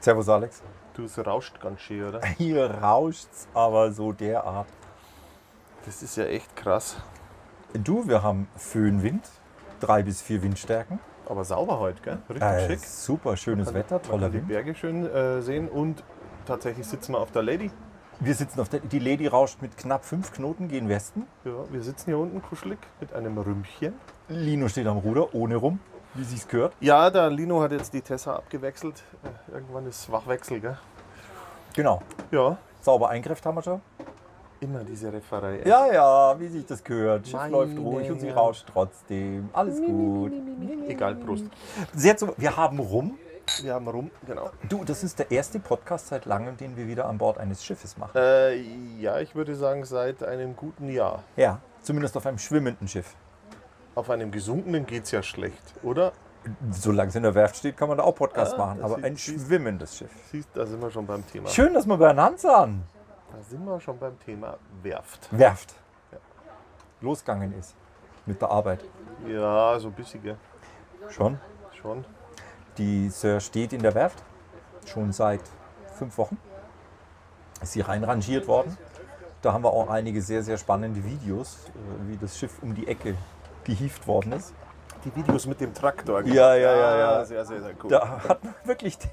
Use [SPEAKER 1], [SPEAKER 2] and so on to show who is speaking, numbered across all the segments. [SPEAKER 1] Servus Alex.
[SPEAKER 2] Du, es rauscht ganz schön, oder?
[SPEAKER 1] Hier rauscht's aber so derart.
[SPEAKER 2] Das ist ja echt krass.
[SPEAKER 1] Du, wir haben Föhnwind, drei bis vier Windstärken.
[SPEAKER 2] Aber sauber heute, gell? Richtig
[SPEAKER 1] Äh,
[SPEAKER 2] schick.
[SPEAKER 1] super schönes Wetter,
[SPEAKER 2] Man
[SPEAKER 1] toller
[SPEAKER 2] kann die
[SPEAKER 1] Wind.
[SPEAKER 2] Berge schön äh, sehen und tatsächlich sitzen wir auf der Lady.
[SPEAKER 1] Wir sitzen auf der. Die Lady rauscht mit knapp fünf Knoten gen Westen.
[SPEAKER 2] Ja, wir sitzen hier unten kuschelig mit einem Rümpchen.
[SPEAKER 1] Lino steht am Ruder, ohne rum, wie sich's gehört.
[SPEAKER 2] Ja, der Lino hat jetzt die Tessa abgewechselt. Äh, irgendwann ist Wachwechsel, gell?
[SPEAKER 1] Genau.
[SPEAKER 2] Ja,
[SPEAKER 1] Sauber eingreift haben wir schon.
[SPEAKER 2] immer diese Referei. Äh,
[SPEAKER 1] Ja, ja, wie sich das gehört. Schiff
[SPEAKER 2] Meine
[SPEAKER 1] läuft ruhig und sie
[SPEAKER 2] Herren.
[SPEAKER 1] rauscht trotzdem. Alles gut.
[SPEAKER 2] Egal, Prost.
[SPEAKER 1] Sehr zu, wir haben rum.
[SPEAKER 2] Wir haben rum, genau.
[SPEAKER 1] Du, das ist der erste Podcast seit langem, den wir wieder an Bord eines Schiffes machen.
[SPEAKER 2] Äh, ja, ich würde sagen, seit einem guten Jahr.
[SPEAKER 1] Ja, zumindest auf einem schwimmenden Schiff.
[SPEAKER 2] Auf einem gesunkenen geht's ja schlecht, oder?
[SPEAKER 1] Solange es in der Werft steht, kann man da auch Podcast
[SPEAKER 2] Ah,
[SPEAKER 1] machen.
[SPEAKER 2] das
[SPEAKER 1] Aber
[SPEAKER 2] sieht-
[SPEAKER 1] ein
[SPEAKER 2] siehst-
[SPEAKER 1] schwimmendes Schiff.
[SPEAKER 2] Siehst, da sind wir schon beim Thema.
[SPEAKER 1] Schön, dass wir bei sind.
[SPEAKER 2] Da sind wir schon beim Thema Werft.
[SPEAKER 1] Werft. Losgegangen ist mit der Arbeit.
[SPEAKER 2] Ja, so ein bisschen, gell?
[SPEAKER 1] Schon.
[SPEAKER 2] Schon.
[SPEAKER 1] Die Sir steht in der Werft, schon seit fünf Wochen. Ist sie reinrangiert worden. Da haben wir auch einige sehr, sehr spannende Videos, äh, wie das Schiff um die Ecke gehievt worden ist.
[SPEAKER 2] Die Videos mit dem Traktor. gell?
[SPEAKER 1] Ja,
[SPEAKER 2] Ah,
[SPEAKER 1] ja, ja, ja.
[SPEAKER 2] Sehr, sehr, sehr cool.
[SPEAKER 1] Da hat man wirklich den-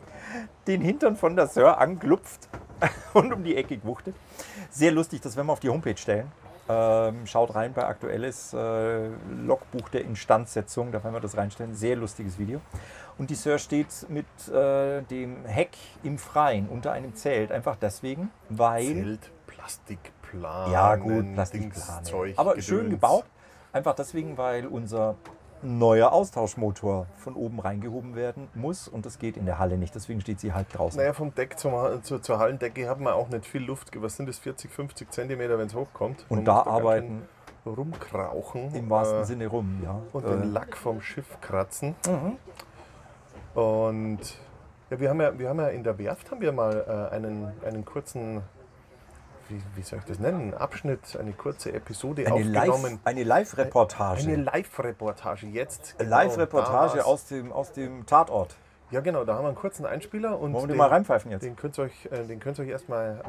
[SPEAKER 1] den Hintern von der Sir anglupft und um die Ecke gewuchtet. Sehr lustig, das werden wir auf die Homepage stellen. Ähm, schaut rein bei aktuelles äh, Logbuch der Instandsetzung, da werden wir das reinstellen. Sehr lustiges Video. Und die Sir steht mit äh, dem Heck im Freien unter einem Zelt. Einfach deswegen, weil.
[SPEAKER 2] Zelt, Plastikplan.
[SPEAKER 1] Ja, gut, Plastikplane. Aber schön gebaut. Einfach deswegen, weil unser neuer Austauschmotor von oben reingehoben werden muss und das geht in der Halle nicht. Deswegen steht sie halt draußen.
[SPEAKER 2] Naja, vom Deck zum, zur, zur Hallendecke hat man auch nicht viel Luft. Was sind das, 40, 50 Zentimeter, wenn es hochkommt?
[SPEAKER 1] und
[SPEAKER 2] Man
[SPEAKER 1] da
[SPEAKER 2] muss ganz
[SPEAKER 1] arbeiten
[SPEAKER 2] schön Rumkrauchen.
[SPEAKER 1] im wahrsten
[SPEAKER 2] äh,
[SPEAKER 1] Sinne rum, ja.
[SPEAKER 2] Und
[SPEAKER 1] Äh,
[SPEAKER 2] den Lack vom Schiff kratzen.
[SPEAKER 1] Mhm.
[SPEAKER 2] Und ja, wir haben ja, wir haben ja in der Werft haben wir mal äh, einen, einen kurzen, wie, wie soll ich das nennen, Abschnitt, eine kurze Episode
[SPEAKER 1] Äh, eine Live-
[SPEAKER 2] aufgenommen.
[SPEAKER 1] eine Live-Reportage.
[SPEAKER 2] eine Live-Reportage jetzt.
[SPEAKER 1] Eine
[SPEAKER 2] genau,
[SPEAKER 1] Live-Reportage
[SPEAKER 2] damals.
[SPEAKER 1] aus dem, aus dem Tatort.
[SPEAKER 2] Ja, genau, da haben wir einen kurzen Einspieler und
[SPEAKER 1] Wollen wir den mal reinpfeifen jetzt?
[SPEAKER 2] den könnt ihr euch, äh, den könnt ihr euch erstmal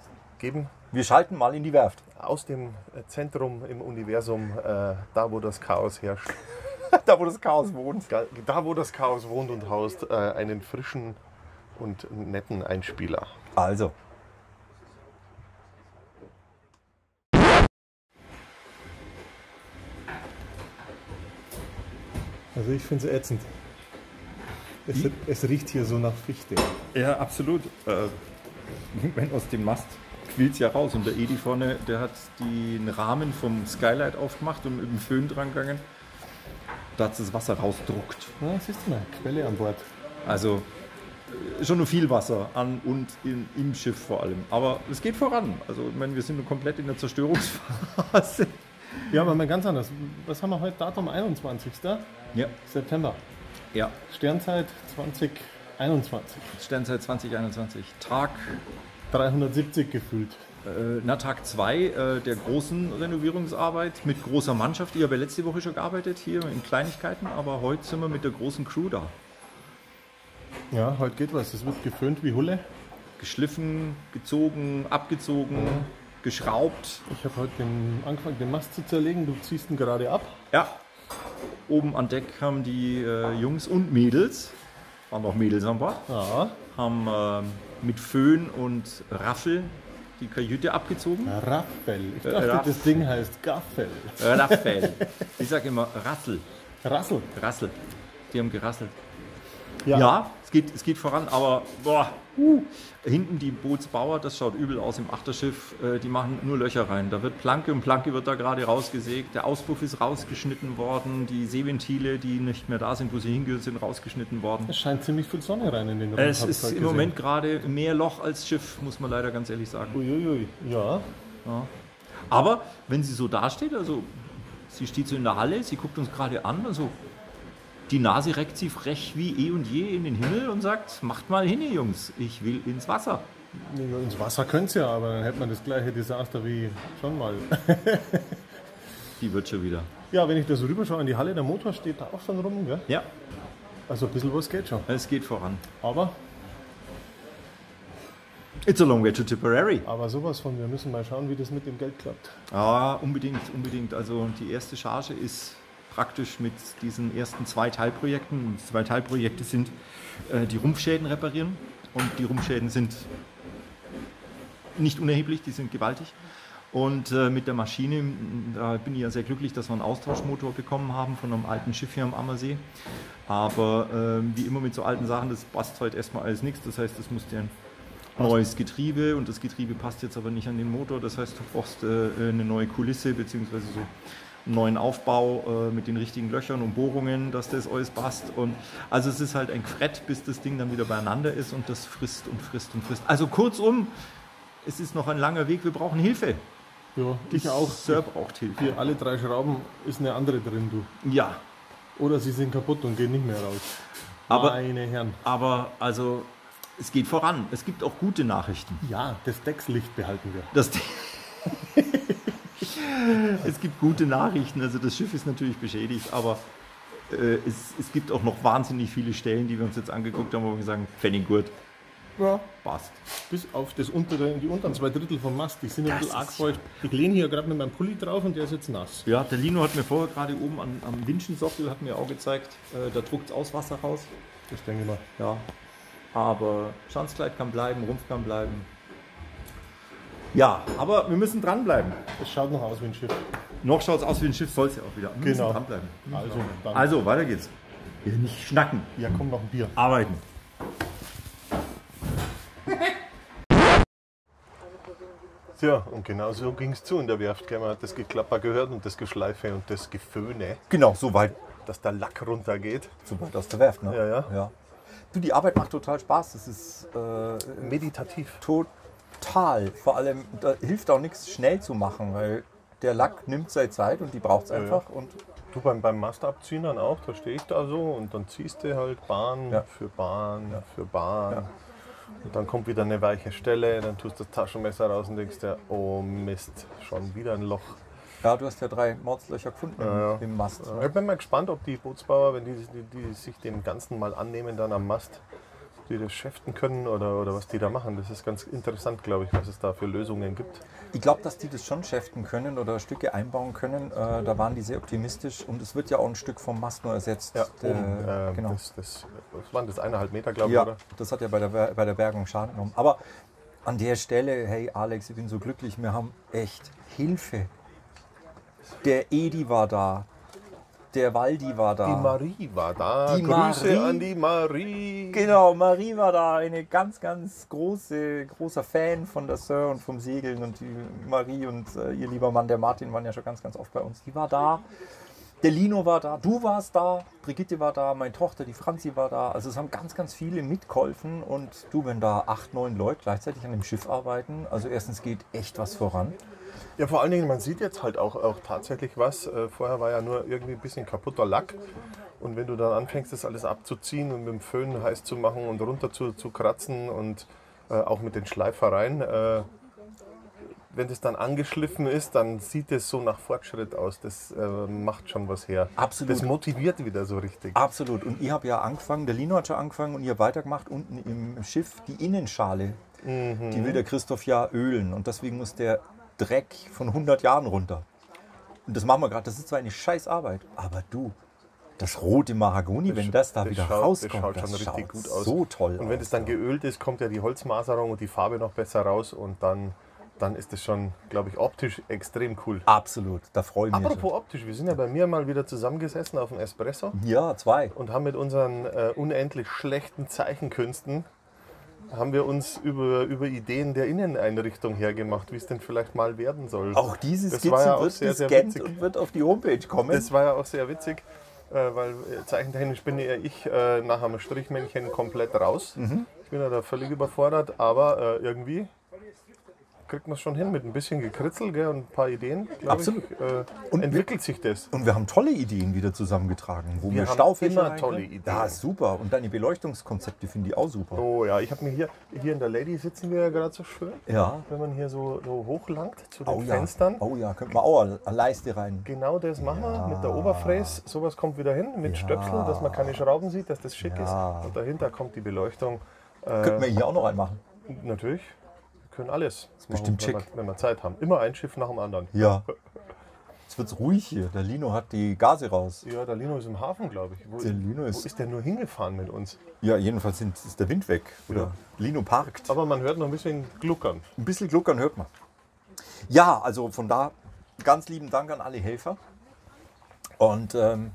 [SPEAKER 2] äh, geben.
[SPEAKER 1] Wir schalten mal in die Werft.
[SPEAKER 2] Aus dem äh, Zentrum im Universum, äh, da wo das Chaos herrscht.
[SPEAKER 1] da, wo das Chaos wohnt.
[SPEAKER 2] Ga- Da, wo das Chaos wohnt und haust, äh, einen frischen und netten Einspieler.
[SPEAKER 1] Also.
[SPEAKER 3] Also ich finde es ätzend. Es, es riecht hier so nach Fichte.
[SPEAKER 4] Ja, absolut. Äh, Moment, aus dem Mast quillt ja raus. Und der Edi vorne, der hat den Rahmen vom Skylight aufgemacht und mit dem Föhn dran gegangen. Da hat das Wasser rausdruckt.
[SPEAKER 3] Ah, siehst du mal, Quelle an Bord.
[SPEAKER 4] Also äh, schon nur viel Wasser an und in, im Schiff vor allem. Aber es geht voran. Also ich meine, wir sind nur komplett in der Zerstörungsphase.
[SPEAKER 3] Ja, aber mal ganz anders. Was haben wir heute? Datum 21.
[SPEAKER 4] Ja,
[SPEAKER 3] September.
[SPEAKER 4] ja.
[SPEAKER 3] Sternzeit 2021.
[SPEAKER 4] Sternzeit 2021. Tag,
[SPEAKER 3] 370 gefühlt.
[SPEAKER 4] äh, na Tag 2 äh, der großen Renovierungsarbeit mit großer Mannschaft. Ihr habt ja letzte Woche schon gearbeitet hier in Kleinigkeiten, aber heute sind wir mit der großen Crew da.
[SPEAKER 3] Ja, heute geht was. Es wird geföhnt wie Hulle.
[SPEAKER 4] geschliffen, gezogen, abgezogen, geschraubt.
[SPEAKER 3] Ich habe heute den, angefangen, den Mast zu zerlegen. Du ziehst ihn gerade ab.
[SPEAKER 4] Ja. Oben an Deck haben die äh, Jungs und Mädels, waren auch Mädels an Bord,
[SPEAKER 3] Ja.
[SPEAKER 4] haben ähm, mit Föhn und Raffel die Kajüte abgezogen. Äh,
[SPEAKER 3] Raffel. Ich dachte,
[SPEAKER 4] Raffel.
[SPEAKER 3] das Ding heißt Gaffel.
[SPEAKER 4] Raffel. Ich sag immer Rassel,
[SPEAKER 3] Rassel.
[SPEAKER 4] Rassel. Die haben gerasselt. Ja, es, geht, es geht voran, aber boah, uh, hinten die Bootsbauer, das schaut übel aus im Achterschiff, äh, die machen nur Löcher rein. Da wird Planke und Planke wird da gerade rausgesägt, der Auspuff ist rausgeschnitten worden, die Seeventile, die nicht mehr da sind, wo sie hingehören, sind rausgeschnitten worden.
[SPEAKER 3] Es scheint ziemlich viel Sonne rein in den Raum.
[SPEAKER 4] Es
[SPEAKER 3] hab ich
[SPEAKER 4] ist
[SPEAKER 3] grad
[SPEAKER 4] im
[SPEAKER 3] gesehen.
[SPEAKER 4] Moment gerade mehr Loch als Schiff, muss man leider ganz ehrlich sagen.
[SPEAKER 3] Uiuiui, ja.
[SPEAKER 4] Aber wenn sie so dasteht, also sie steht so in der Halle, sie guckt uns gerade an, also die Nase reckt sie frech wie eh und je in den Himmel und sagt, macht mal hin, ihr Jungs, ich will ins Wasser.
[SPEAKER 3] ja. Ins Wasser könnte es ja, aber dann hätte man das gleiche Desaster wie schon mal.
[SPEAKER 4] Die wird schon wieder.
[SPEAKER 3] Ja, wenn ich da so rüberschaue in die Halle, der Motor steht da auch schon rum, gell?
[SPEAKER 4] Ja,
[SPEAKER 3] Also ein bisschen was geht schon.
[SPEAKER 4] es geht voran.
[SPEAKER 3] Aber,
[SPEAKER 4] It's a long way to Tipperary.
[SPEAKER 3] aber sowas von, wir müssen mal schauen, wie das mit dem Geld klappt.
[SPEAKER 4] Ah, unbedingt, unbedingt. Also die erste Charge ist praktisch mit diesen ersten zwei Teilprojekten. Und zwei Teilprojekte sind äh, die Rumpfschäden reparieren. Und die Rumpfschäden sind nicht unerheblich, die sind gewaltig. Und äh, mit der Maschine, m, da bin ich ja sehr glücklich, dass wir einen Austauschmotor bekommen haben von einem alten Schiff hier am Ammersee. Aber ähm, wie immer mit so alten Sachen, das passt heute erstmal alles nichts. Das heißt, es muss dir ein neues Getriebe und das Getriebe passt jetzt aber nicht an den Motor. Das heißt, du brauchst äh, eine neue Kulisse bzw. so einen neuen Aufbau äh, mit den richtigen Löchern und Bohrungen, dass das alles passt. Und also es ist halt ein Frett, bis das Ding dann wieder beieinander ist und das frisst und frisst und frisst. Also kurzum, es ist noch ein langer Weg. Wir brauchen Hilfe.
[SPEAKER 3] Ja, ich
[SPEAKER 4] Die
[SPEAKER 3] auch.
[SPEAKER 4] Sir braucht Hilfe.
[SPEAKER 3] Hier, alle drei Schrauben ist eine andere drin, du.
[SPEAKER 4] Ja,
[SPEAKER 3] Oder sie sind kaputt und gehen nicht mehr raus.
[SPEAKER 4] Aber-
[SPEAKER 3] Meine Herren.
[SPEAKER 4] aber also es geht voran. Es gibt auch gute Nachrichten.
[SPEAKER 3] Ja, das Deckslicht behalten wir.
[SPEAKER 4] Das es gibt gute Nachrichten. Also das Schiff ist natürlich beschädigt, aber äh, es, es gibt auch noch wahnsinnig viele Stellen, die wir uns jetzt angeguckt haben, wo wir sagen, Pfennig gut,
[SPEAKER 3] Ja.
[SPEAKER 4] passt.
[SPEAKER 3] Bis auf das untere, die unteren zwei Drittel vom Mast, die sind ein
[SPEAKER 4] Das
[SPEAKER 3] bisschen arg
[SPEAKER 4] ist-
[SPEAKER 3] feucht. Ich lehne hier gerade mit meinem Pulli drauf und der ist jetzt nass.
[SPEAKER 4] Ja, der Lino hat mir vorher gerade oben am, am Winschensockel hat mir auch gezeigt, äh, da druckt es aus Wasser raus.
[SPEAKER 3] Das denke ich mal.
[SPEAKER 4] Ja. Aber Schanzkleid kann bleiben, Rumpf kann bleiben. Ja, aber wir müssen dranbleiben.
[SPEAKER 3] Es schaut noch aus wie ein Schiff.
[SPEAKER 4] Noch schaut es aus wie ein Schiff, soll es ja auch wieder. Wir
[SPEAKER 3] Genau.
[SPEAKER 4] müssen dranbleiben.
[SPEAKER 3] Also, dann,
[SPEAKER 4] Also, weiter geht's. Ja, nicht schnacken,
[SPEAKER 3] ja, komm noch ein Bier.
[SPEAKER 4] arbeiten.
[SPEAKER 2] Tja, und genau so ging es zu in der Werft. gell? Man hat das Geklapper gehört und das Geschleife und das Geföhne,
[SPEAKER 1] Genau, so weit,
[SPEAKER 2] dass der Lack runtergeht.
[SPEAKER 1] so weit aus der Werft. Ne?
[SPEAKER 2] Ja, ja.
[SPEAKER 1] ja. Du, die Arbeit macht total Spaß. Das ist äh,
[SPEAKER 2] Meditativ.
[SPEAKER 1] total. Vor allem, da hilft auch nichts, schnell zu machen, weil der Lack nimmt seine Zeit und die braucht es einfach. Und
[SPEAKER 2] Du beim, beim Mast abziehen dann auch, da stehe ich da so und dann ziehst du halt Bahn
[SPEAKER 1] Ja.
[SPEAKER 2] für Bahn für Bahn. Und dann kommt wieder eine weiche Stelle, dann tust du das Taschenmesser raus und denkst dir, oh Mist, schon wieder ein Loch.
[SPEAKER 1] ja, du hast ja drei Mordslöcher gefunden im-
[SPEAKER 2] Ja, ja.
[SPEAKER 1] im Mast.
[SPEAKER 2] Ich bin mal gespannt, ob die Bootsbauer, wenn die, die, die sich dem Ganzen mal annehmen, dann am Mast, ob die das schäften können oder, oder was die da machen. Das ist ganz interessant, glaube ich, was es da für Lösungen gibt.
[SPEAKER 1] Ich glaube, dass die das schon schäften können oder Stücke einbauen können. Äh, da waren die sehr optimistisch und es wird ja auch ein Stück vom Mast nur ersetzt. Der-
[SPEAKER 2] oben, äh,
[SPEAKER 1] genau.
[SPEAKER 2] das, das, was waren das, eineinhalb Meter, glaube ich,
[SPEAKER 1] Ja,
[SPEAKER 2] oder?
[SPEAKER 1] das hat ja bei der, Ber- bei der Bergung Schaden genommen. Aber an der Stelle, hey Alex, ich bin so glücklich, wir haben echt Hilfe. Der Edi war da, der Waldi war da.
[SPEAKER 2] Die Marie war da.
[SPEAKER 1] Ah. Die
[SPEAKER 2] Grüße
[SPEAKER 1] Marie?
[SPEAKER 2] an die Marie.
[SPEAKER 1] Genau, Marie war da, eine ganz, ganz große, großer Fan von der Sir und vom Segeln. Und die Marie und äh, ihr lieber Mann, der Martin, waren ja schon ganz, ganz oft bei uns. Die war da, der Lino war da, du warst da, Brigitte war da, meine Tochter, die Franzi war da. Also es haben ganz, ganz viele mitgeholfen. Und du, wenn da acht, neun Leute gleichzeitig an dem Schiff arbeiten, also erstens geht echt was voran.
[SPEAKER 2] Ja, vor allen Dingen, man sieht jetzt halt auch, auch tatsächlich was. Äh, vorher war ja nur irgendwie ein bisschen kaputter Lack. Und wenn du dann anfängst, das alles abzuziehen und mit dem Föhn heiß zu machen und runter zu, zu kratzen und äh, auch mit den Schleifereien, äh, wenn das dann angeschliffen ist, dann sieht es so nach Fortschritt aus. Das äh, macht schon was her.
[SPEAKER 1] Absolut.
[SPEAKER 2] Das motiviert wieder so richtig.
[SPEAKER 1] Absolut. Und ich habe ja angefangen, der Lino hat schon angefangen und ihr weitergemacht unten im Schiff die Innenschale.
[SPEAKER 2] Mhm.
[SPEAKER 1] Die will der Christoph ja ölen und deswegen muss der Dreck von 100 Jahren runter. Und das machen wir gerade. Das ist zwar eine Scheißarbeit, aber du, das rote Mahagoni, wenn das da wieder rauskommt, das schaut, so toll
[SPEAKER 2] Und wenn
[SPEAKER 1] aus.
[SPEAKER 2] es dann geölt ist, kommt ja die Holzmaserung und die Farbe noch besser raus und dann dann ist das schon, glaube ich, optisch extrem cool.
[SPEAKER 1] Absolut, da freue ich mich.
[SPEAKER 2] Apropos optisch, wir sind ja bei mir mal wieder zusammengesessen auf dem Espresso
[SPEAKER 1] schon. Ja, zwei.
[SPEAKER 2] und haben mit unseren äh, unendlich schlechten Zeichenkünsten haben wir uns über, über Ideen der Inneneinrichtung hergemacht, wie es denn vielleicht mal werden soll.
[SPEAKER 1] Auch diese
[SPEAKER 2] Das
[SPEAKER 1] Skizze
[SPEAKER 2] war ja auch
[SPEAKER 1] wird
[SPEAKER 2] sehr, sehr
[SPEAKER 1] gescannt
[SPEAKER 2] witzig.
[SPEAKER 1] und wird auf die Homepage kommen.
[SPEAKER 2] Das war ja auch sehr witzig, äh, weil äh, zeichentechnisch bin ja ich äh, nach einem Strichmännchen komplett raus.
[SPEAKER 1] Mhm.
[SPEAKER 2] Ich bin ja da völlig überfordert, aber äh, irgendwie kriegt man es schon hin mit ein bisschen Gekritzel gell, und ein paar Ideen. glaub
[SPEAKER 1] Absolut.
[SPEAKER 2] Ich, äh,
[SPEAKER 1] Und
[SPEAKER 2] entwickelt sich das.
[SPEAKER 1] und wir haben tolle Ideen wieder zusammengetragen, wo wir,
[SPEAKER 2] haben
[SPEAKER 1] Staufächer
[SPEAKER 2] immer
[SPEAKER 1] rein
[SPEAKER 2] tolle
[SPEAKER 1] können.
[SPEAKER 2] Ideen.
[SPEAKER 1] Ja, super. Und deine Beleuchtungskonzepte finde ich auch super.
[SPEAKER 2] Oh ja, ich habe mir hier, hier in der Lady sitzen wir ja gerade so schön.
[SPEAKER 1] Ja.
[SPEAKER 2] Wenn man hier so, so hochlangt zu den
[SPEAKER 1] Oh ja.
[SPEAKER 2] Fenstern.
[SPEAKER 1] Oh ja, könnte man auch eine eine Leiste rein.
[SPEAKER 2] Genau das machen wir mit der Oberfräse. Sowas kommt wieder hin mit Stöpsel, dass man keine Schrauben sieht, dass das schick
[SPEAKER 1] Ja.
[SPEAKER 2] ist. Und dahinter kommt die Beleuchtung. Äh.
[SPEAKER 1] Könnten wir hier auch noch einen machen.
[SPEAKER 2] Natürlich. Wir können alles. Das
[SPEAKER 1] bestimmt
[SPEAKER 2] wenn
[SPEAKER 1] schick.
[SPEAKER 2] Wir, wenn wir Zeit haben. Immer ein Schiff nach dem anderen.
[SPEAKER 1] Ja. Jetzt wird's ruhig hier. Der Lino hat die Gase raus.
[SPEAKER 2] Ja, der Lino ist im Hafen, glaube ich. Wo,
[SPEAKER 1] Der Lino
[SPEAKER 2] wo
[SPEAKER 1] ist.
[SPEAKER 2] ist der nur hingefahren mit uns?
[SPEAKER 1] Ja, jedenfalls sind, ist der Wind weg. Oder
[SPEAKER 2] Ja.
[SPEAKER 1] Lino parkt.
[SPEAKER 2] Aber man hört noch ein bisschen gluckern.
[SPEAKER 1] Ein bisschen gluckern hört man. Ja, also von da ganz lieben Dank an alle Helfer. Und ähm,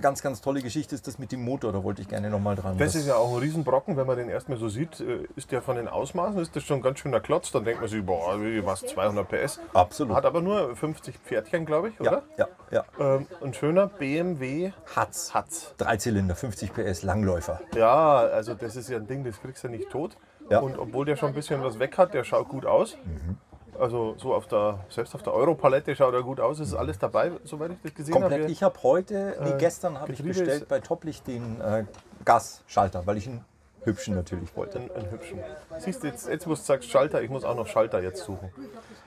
[SPEAKER 1] ganz, ganz tolle Geschichte ist das mit dem Motor. Da wollte ich gerne nochmal dran.
[SPEAKER 2] Das ist ja auch ein Riesenbrocken, wenn man den erstmal so sieht. äh, Ist der von den Ausmaßen, ist das schon ein ganz schöner Klotz. Dann denkt man sich, boah, was, 200 PS.
[SPEAKER 1] Absolut.
[SPEAKER 2] Hat aber nur 50 Pferdchen, glaube ich,
[SPEAKER 1] ja,
[SPEAKER 2] oder?
[SPEAKER 1] ja, ja.
[SPEAKER 2] Ähm, ein schöner BMW
[SPEAKER 1] Hatz.
[SPEAKER 2] Hatz.
[SPEAKER 1] Dreizylinder, 50 PS, Langläufer.
[SPEAKER 2] Ja, also das ist ja ein Ding, das kriegst du nicht tot.
[SPEAKER 1] Ja. Mhm.
[SPEAKER 2] Und obwohl der schon ein bisschen was weg hat, der schaut gut aus. Also so auf der, selbst auf der Europalette schaut er gut aus. Es ist alles dabei, soweit ich das gesehen
[SPEAKER 1] Komplett.
[SPEAKER 2] habe.
[SPEAKER 1] Ich habe heute, nee,
[SPEAKER 2] äh,
[SPEAKER 1] gestern habe ich
[SPEAKER 2] Getriebe
[SPEAKER 1] bestellt
[SPEAKER 2] ist-
[SPEAKER 1] bei Toplicht den äh, Gasschalter, weil ich einen hübschen natürlich wollte.
[SPEAKER 2] Einen, einen hübschen. Siehst du, jetzt, jetzt musst du sagst Schalter, ich muss auch noch Schalter jetzt suchen.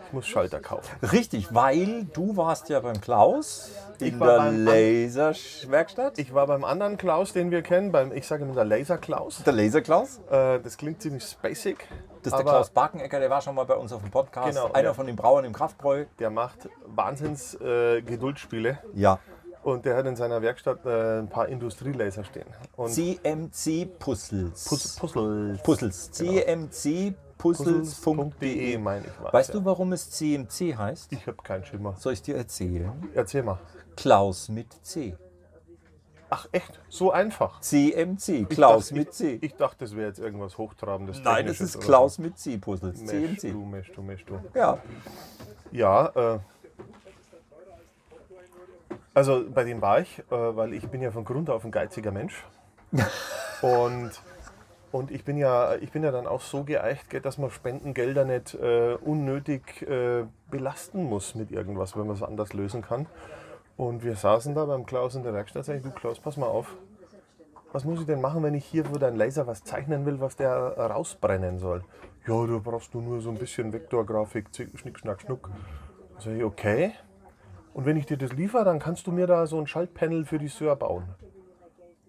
[SPEAKER 2] Ich muss Schalter kaufen.
[SPEAKER 1] Richtig, weil du warst ja beim Klaus in
[SPEAKER 2] war
[SPEAKER 1] der
[SPEAKER 2] beim An-
[SPEAKER 1] Laserwerkstatt.
[SPEAKER 2] Ich war beim anderen Klaus, den wir kennen, beim, ich sage immer der Laser Klaus.
[SPEAKER 1] Der Laser-Klaus.
[SPEAKER 2] Äh, das klingt ziemlich spacig.
[SPEAKER 1] Das ist der
[SPEAKER 2] aber
[SPEAKER 1] Klaus Barkenecker, der war schon mal bei uns auf dem Podcast.
[SPEAKER 2] Genau,
[SPEAKER 1] Einer
[SPEAKER 2] ja.
[SPEAKER 1] von den Brauern im Kraftbräu.
[SPEAKER 2] Der macht Wahnsinns äh, Geduldsspiele.
[SPEAKER 1] Ja.
[SPEAKER 2] Und der hat in seiner Werkstatt äh, ein paar Industrielaser stehen. Und
[SPEAKER 1] CMC-Puzzles.
[SPEAKER 2] Puz Puzzles.
[SPEAKER 1] Puzzles.
[SPEAKER 2] Genau.
[SPEAKER 1] CMC-Puzzles.de.
[SPEAKER 2] E, meine ich. war's,
[SPEAKER 1] E. Weißt
[SPEAKER 2] E, ja.
[SPEAKER 1] du, warum es CMC heißt?
[SPEAKER 2] Ich habe keinen Schimmer.
[SPEAKER 1] Soll ich dir erzählen?
[SPEAKER 2] Erzähl mal.
[SPEAKER 1] Klaus mit C.
[SPEAKER 2] Ach, echt? So einfach.
[SPEAKER 1] CMC.
[SPEAKER 2] Ich
[SPEAKER 1] Klaus
[SPEAKER 2] dachte-
[SPEAKER 1] mit C.
[SPEAKER 2] Ich, ich dachte, das wäre jetzt irgendwas Hochtrabendes.
[SPEAKER 1] Nein, es
[SPEAKER 2] Technisches
[SPEAKER 1] ist
[SPEAKER 2] oder
[SPEAKER 1] Klaus mit C-Puzzles.
[SPEAKER 2] so. Mensch, du,
[SPEAKER 1] CMC.
[SPEAKER 2] Mensch, du, Mensch, du.
[SPEAKER 1] Ja.
[SPEAKER 2] Ja, äh, also bei dem war ich, äh, weil ich bin ja von Grund auf ein geiziger Mensch. und und ich, bin ja, ich bin ja dann auch so geeicht, gell, dass man Spendengelder nicht äh, unnötig äh, belasten muss mit irgendwas, wenn man es anders lösen kann. Und wir saßen da beim Klaus in der Werkstatt sag ich, du Klaus, pass mal auf. Was muss ich denn machen, wenn ich hier für deinen Laser was zeichnen will, was der rausbrennen soll? Ja, da brauchst du nur so ein bisschen Vektorgrafik, zick, schnick, schnack, schnuck. Sag ich, okay. Und wenn ich dir das liefere, dann kannst du mir da so ein Schaltpanel für die Sör bauen.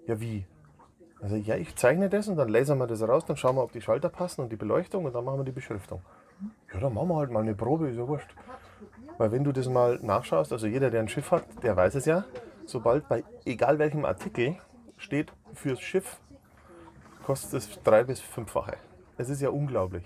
[SPEAKER 2] Ja, wie? Also ja, ich zeichne das und dann lasern wir das raus, dann schauen wir, ob die Schalter passen und die Beleuchtung und dann machen wir die Beschriftung. Ja, dann machen wir halt mal eine Probe, ist ja wurscht. Weil wenn du das mal nachschaust, also jeder, der ein Schiff hat, der weiß es ja, sobald bei egal welchem Artikel steht fürs Schiff, kostet es drei- bis fünffache. Es ist ja unglaublich.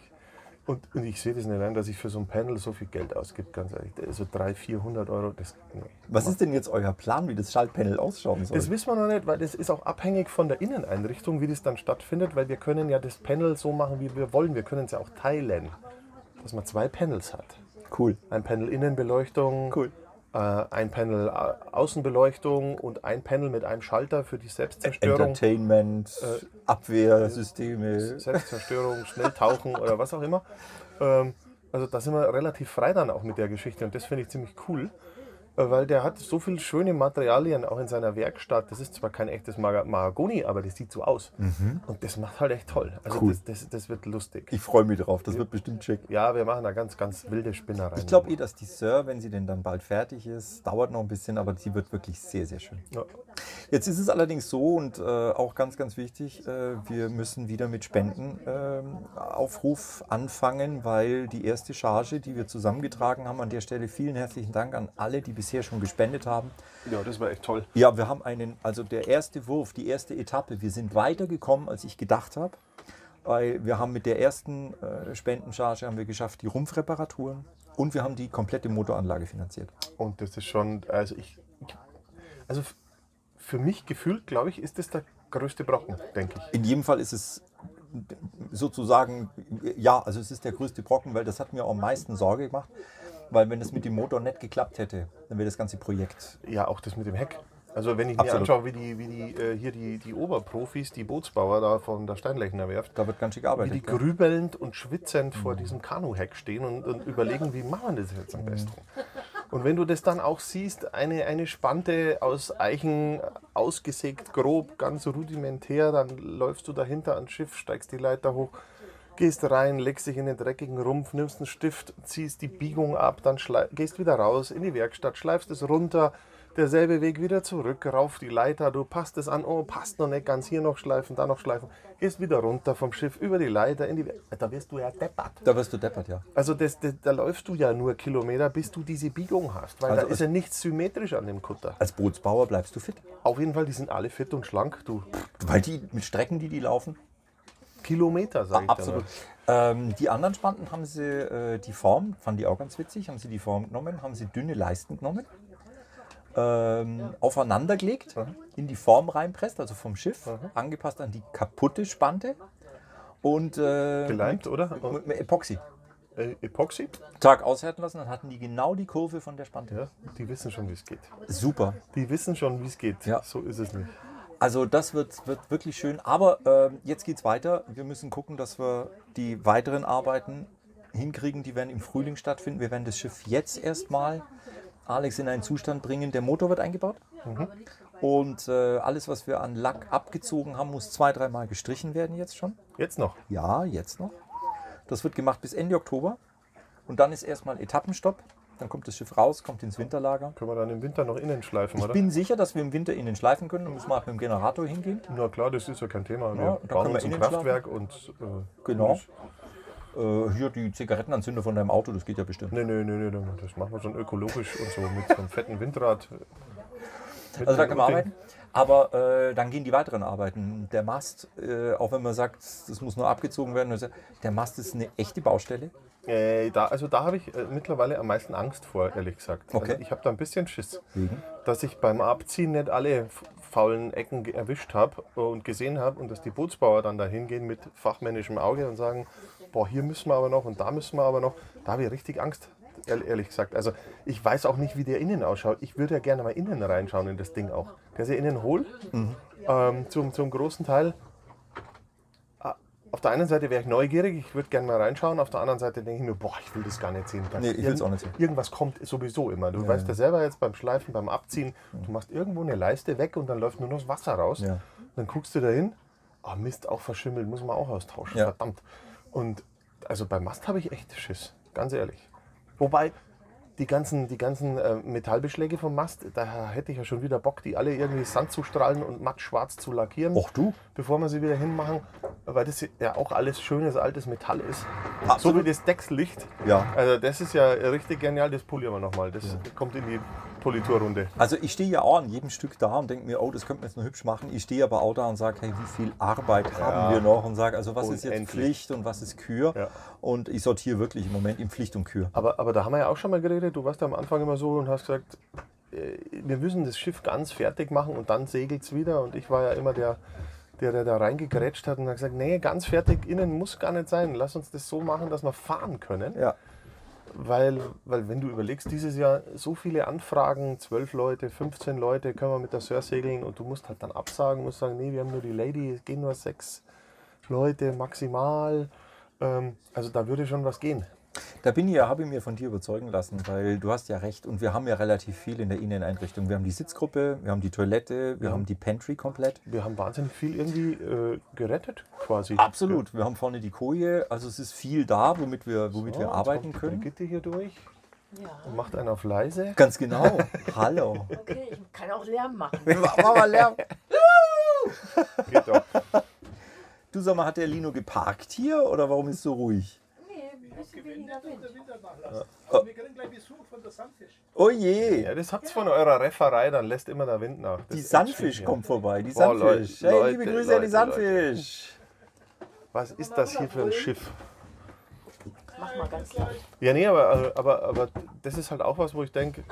[SPEAKER 2] Und, und ich sehe das nicht ein, dass ich für so ein Panel so viel Geld ausgebe, ganz ehrlich. Also 300, 400 Euro, das, nee.
[SPEAKER 1] Was ist denn jetzt euer Plan, wie das Schaltpanel ausschauen soll?
[SPEAKER 2] Das wissen wir noch nicht, weil das ist auch abhängig von der Inneneinrichtung, wie das dann stattfindet, weil wir können ja das Panel so machen, wie wir wollen. Wir können es ja auch teilen, dass man zwei Panels hat.
[SPEAKER 1] cool.
[SPEAKER 2] Ein Panel Innenbeleuchtung,
[SPEAKER 1] Cool.
[SPEAKER 2] äh, ein Panel Au- Außenbeleuchtung und ein Panel mit einem Schalter für die Selbstzerstörung.
[SPEAKER 1] Entertainment,
[SPEAKER 2] Äh,
[SPEAKER 1] Abwehrsysteme.
[SPEAKER 2] Selbstzerstörung, Schnelltauchen oder was auch immer. Ähm, also da sind wir relativ frei dann auch mit der Geschichte und das finde ich ziemlich cool, äh, weil der hat so viele schöne Materialien auch in seiner Werkstatt. Das ist zwar kein echtes Mar Mahagoni, aber das sieht so aus. Und das macht halt echt toll. Also
[SPEAKER 1] Mhm. Cool.
[SPEAKER 2] das, das, das wird lustig.
[SPEAKER 1] Ich freue mich drauf, das wird bestimmt schick.
[SPEAKER 2] Ja, wir machen da ganz, ganz wilde Spinnereien.
[SPEAKER 1] Ich glaube eh, dass die Sir, wenn sie denn dann bald fertig ist, dauert noch ein bisschen, aber sie wird wirklich sehr, sehr schön.
[SPEAKER 2] Ja.
[SPEAKER 1] Jetzt ist es allerdings so und äh, auch ganz, ganz wichtig, äh, wir müssen wieder mit Spendenaufruf Aufruf anfangen, weil die erste Charge, die wir zusammengetragen haben, an der Stelle vielen herzlichen Dank an alle, die bisher schon gespendet haben.
[SPEAKER 2] ja, das war echt toll.
[SPEAKER 1] Ja, wir haben einen, also der erste Wurf, die erste Etappe, wir sind weitergekommen, als ich gedacht habe. Weil wir haben mit der ersten äh, Spendencharge haben wir geschafft die Rumpfreparaturen und wir haben die komplette Motoranlage finanziert.
[SPEAKER 2] Und das ist schon, also ich, ich also f- für mich gefühlt, glaube ich, ist das der größte Brocken, denke ich.
[SPEAKER 1] In jedem Fall ist es sozusagen, ja, also es ist der größte Brocken, weil das hat mir am meisten Sorge gemacht. Weil wenn es mit dem Motor nicht geklappt hätte, dann wäre das ganze Projekt.
[SPEAKER 2] Ja, auch das mit dem Heck. Also wenn ich
[SPEAKER 1] Absolut.
[SPEAKER 2] mir anschaue, wie die, wie die äh, hier die, die Oberprofis, die Bootsbauer da von der Steinlechner Werft,
[SPEAKER 1] Da wird ganz schick
[SPEAKER 2] wie die
[SPEAKER 1] gearbeitet. gell?
[SPEAKER 2] grübelnd und schwitzend vor diesem Kanuheck stehen und, und überlegen, wie machen wir das jetzt am besten. Und wenn du das dann auch siehst, eine, eine Spante aus Eichen ausgesägt, grob, ganz rudimentär, dann läufst du dahinter ans Schiff, steigst die Leiter hoch, gehst rein, legst dich in den dreckigen Rumpf, nimmst einen Stift, ziehst die Biegung ab, dann schlei- gehst wieder raus in die Werkstatt, schleifst es runter, derselbe Weg wieder zurück, rauf die Leiter, du passt es an, oh, passt noch nicht ganz, hier noch schleifen, da noch schleifen, gehst wieder runter vom Schiff, über die Leiter in die Werkstatt, da wirst du ja deppert.
[SPEAKER 1] Da wirst du deppert, ja.
[SPEAKER 2] Also das, das, da läufst du ja nur Kilometer, bis du diese Biegung hast, weil
[SPEAKER 1] Also
[SPEAKER 2] da ist
[SPEAKER 1] es-
[SPEAKER 2] ja nichts symmetrisch an dem Kutter.
[SPEAKER 1] Als Bootsbauer bleibst du fit.
[SPEAKER 2] Auf jeden Fall, die sind alle fit und schlank, du
[SPEAKER 1] Weil die mit Strecken, die die laufen,
[SPEAKER 2] Kilometer, sag ich dir
[SPEAKER 1] Ah, Absolut.
[SPEAKER 2] mal.
[SPEAKER 1] Ähm, die anderen Spanten haben sie äh, die Form, fand ich auch ganz witzig, haben sie die Form genommen, haben sie dünne Leisten genommen, ähm, aufeinander gelegt, in die Form reinpresst, also vom Schiff, angepasst an die kaputte Spante und äh,
[SPEAKER 2] Geleimt, oder?
[SPEAKER 1] mit, mit Epoxy.
[SPEAKER 2] Äh, Epoxy?
[SPEAKER 1] Tag aushärten lassen, dann hatten die genau die Kurve von der Spante.
[SPEAKER 2] Ja, die wissen schon, wie es geht.
[SPEAKER 1] Super.
[SPEAKER 2] Die wissen schon, wie es geht.
[SPEAKER 1] Ja.
[SPEAKER 2] So ist es nicht.
[SPEAKER 1] Also das wird, wird wirklich schön. Aber ähm, jetzt geht's weiter. Wir müssen gucken, dass wir die weiteren Arbeiten hinkriegen. Die werden im Frühling stattfinden. Wir werden das Schiff jetzt erstmal Alex in einen Zustand bringen. Der Motor wird eingebaut. Und äh, alles, was wir an Lack abgezogen haben, muss zwei, dreimal gestrichen werden jetzt schon.
[SPEAKER 2] Jetzt noch.
[SPEAKER 1] Ja, jetzt noch. Das wird gemacht bis Ende Oktober. Und dann ist erstmal Etappenstopp. Dann kommt das Schiff raus, kommt ins Winterlager.
[SPEAKER 2] Können wir dann im Winter noch innen schleifen,
[SPEAKER 1] Ich
[SPEAKER 2] oder?
[SPEAKER 1] bin sicher, dass wir im Winter innen schleifen können. Dann müssen wir halt mit dem Generator hingehen.
[SPEAKER 2] Na klar, das ist ja kein Thema. Wir
[SPEAKER 1] Ja, da
[SPEAKER 2] bauen
[SPEAKER 1] können wir
[SPEAKER 2] uns ein
[SPEAKER 1] innen
[SPEAKER 2] Kraftwerk und. Äh,
[SPEAKER 1] Genau.
[SPEAKER 2] gut.
[SPEAKER 1] Äh, hier die Zigarettenanzünder von deinem Auto, das geht ja bestimmt.
[SPEAKER 2] Nee, nee, nee, nee, nee, das machen wir schon ökologisch und so mit so einem fetten Windrad. Mit
[SPEAKER 1] Also da
[SPEAKER 2] einem
[SPEAKER 1] können wir
[SPEAKER 2] Ding.
[SPEAKER 1] arbeiten. Aber äh, dann gehen die weiteren Arbeiten. Der Mast, äh, auch wenn man sagt, das muss nur abgezogen werden, also der Mast ist eine echte Baustelle.
[SPEAKER 2] Äh, da, also da habe ich äh, mittlerweile am meisten Angst vor, ehrlich gesagt.
[SPEAKER 1] Okay.
[SPEAKER 2] Also ich habe da ein bisschen Schiss,
[SPEAKER 1] Wegen?
[SPEAKER 2] dass ich beim Abziehen nicht alle f- faulen Ecken ge- erwischt habe und gesehen habe und dass die Bootsbauer dann da hingehen mit fachmännischem Auge und sagen, boah, hier müssen wir aber noch und da müssen wir aber noch. Da habe ich richtig Angst, ehr- ehrlich gesagt. Also ich weiß auch nicht, wie der innen ausschaut. Ich würde ja gerne mal innen reinschauen in das Ding auch. Der ist ja innen hohl, ähm, zum, zum großen Teil. Ah, Auf der einen Seite wäre ich neugierig, ich würde gerne mal reinschauen. Auf der anderen Seite denke ich mir, boah, ich will das gar nicht sehen. Da-
[SPEAKER 1] Nee, ich will's auch nicht sehen.
[SPEAKER 2] Irgendwas kommt sowieso immer. Du weißt ja selber jetzt beim Schleifen, beim Abziehen, du machst irgendwo eine Leiste weg und dann läuft nur noch das Wasser raus.
[SPEAKER 1] Ja.
[SPEAKER 2] Dann guckst du da hin, ah Mist, auch verschimmelt, muss man auch austauschen,
[SPEAKER 1] Ja.
[SPEAKER 2] verdammt. Und also beim Mast habe ich echt Schiss, ganz ehrlich. Wobei, die ganzen, die ganzen äh, Metallbeschläge vom Mast, da hätte ich ja schon wieder Bock, die alle irgendwie Sand zu strahlen und matt schwarz zu lackieren,
[SPEAKER 1] Och du?
[SPEAKER 2] bevor wir sie wieder hinmachen, weil das ja auch alles schönes altes Metall ist. So
[SPEAKER 1] Absolut.
[SPEAKER 2] wie das Deckslicht.
[SPEAKER 1] Ja.
[SPEAKER 2] Also das ist ja richtig genial, das polieren wir nochmal. Das kommt in die Politurrunde.
[SPEAKER 1] Also ich stehe ja auch an jedem Stück da und denke mir, oh, das könnte man jetzt nur hübsch machen. Ich stehe aber auch da und sage, hey, wie viel Arbeit haben wir noch? Und sage, also was ist jetzt
[SPEAKER 2] Unendlich.
[SPEAKER 1] Pflicht und was ist Kür?
[SPEAKER 2] Ja.
[SPEAKER 1] Und ich sortiere wirklich im Moment in Pflicht und Kür.
[SPEAKER 2] Aber, aber da haben wir ja auch schon mal geredet. Du warst ja am Anfang immer so und hast gesagt, äh, wir müssen das Schiff ganz fertig machen und dann segelt es wieder. Und ich war ja immer der, der, der da reingegrätscht hat und hat gesagt, nee, ganz fertig innen muss gar nicht sein. Lass uns das so machen, dass wir fahren können.
[SPEAKER 1] Ja.
[SPEAKER 2] Weil, weil wenn du überlegst, dieses Jahr so viele Anfragen, 12 Leute, 15 Leute, können wir mit der Sör segeln und du musst halt dann absagen, musst sagen, nee, wir haben nur die Lady, es gehen nur sechs Leute maximal. Ähm, also da würde schon was gehen.
[SPEAKER 1] Da bin ich ja, habe ich mir von dir überzeugen lassen, weil du hast ja recht und wir haben ja relativ viel in der Inneneinrichtung. Wir haben die Sitzgruppe, wir haben die Toilette, wir haben die Pantry komplett.
[SPEAKER 2] Wir haben wahnsinnig viel irgendwie äh, gerettet, quasi.
[SPEAKER 1] Absolut, wir haben vorne die Koje, also es ist viel da, womit wir, womit wir arbeiten können.
[SPEAKER 2] Brigitte hier durch
[SPEAKER 5] Ja,
[SPEAKER 2] und macht einen auf leise.
[SPEAKER 1] Ganz genau. Hallo.
[SPEAKER 5] okay, ich kann auch Lärm machen.
[SPEAKER 1] Mach mal Lärm.
[SPEAKER 2] Geht doch.
[SPEAKER 1] Du sag mal, hat der Lino geparkt hier oder warum ist so ruhig?
[SPEAKER 5] Nee, ein bisschen weniger Wind.
[SPEAKER 6] Wir kriegen gleich Besuch von der Sandfisch.
[SPEAKER 1] Oh je,
[SPEAKER 2] ja, das habt's von eurer Refferei, dann lässt immer der Wind nach. Das
[SPEAKER 1] die
[SPEAKER 2] ist echt
[SPEAKER 1] Sandfisch
[SPEAKER 2] schlimm hier.
[SPEAKER 1] kommt vorbei. Die
[SPEAKER 2] Boah, Leute,
[SPEAKER 1] Sandfisch. hey, liebe
[SPEAKER 2] Leute,
[SPEAKER 1] Grüße an die
[SPEAKER 2] Leute, Leute.
[SPEAKER 1] Sandfisch.
[SPEAKER 2] was ist das hier für ein Schiff?
[SPEAKER 5] Mach mal ganz laut.
[SPEAKER 2] Ja, nee, aber, also, aber, aber das ist halt auch was, wo ich denke,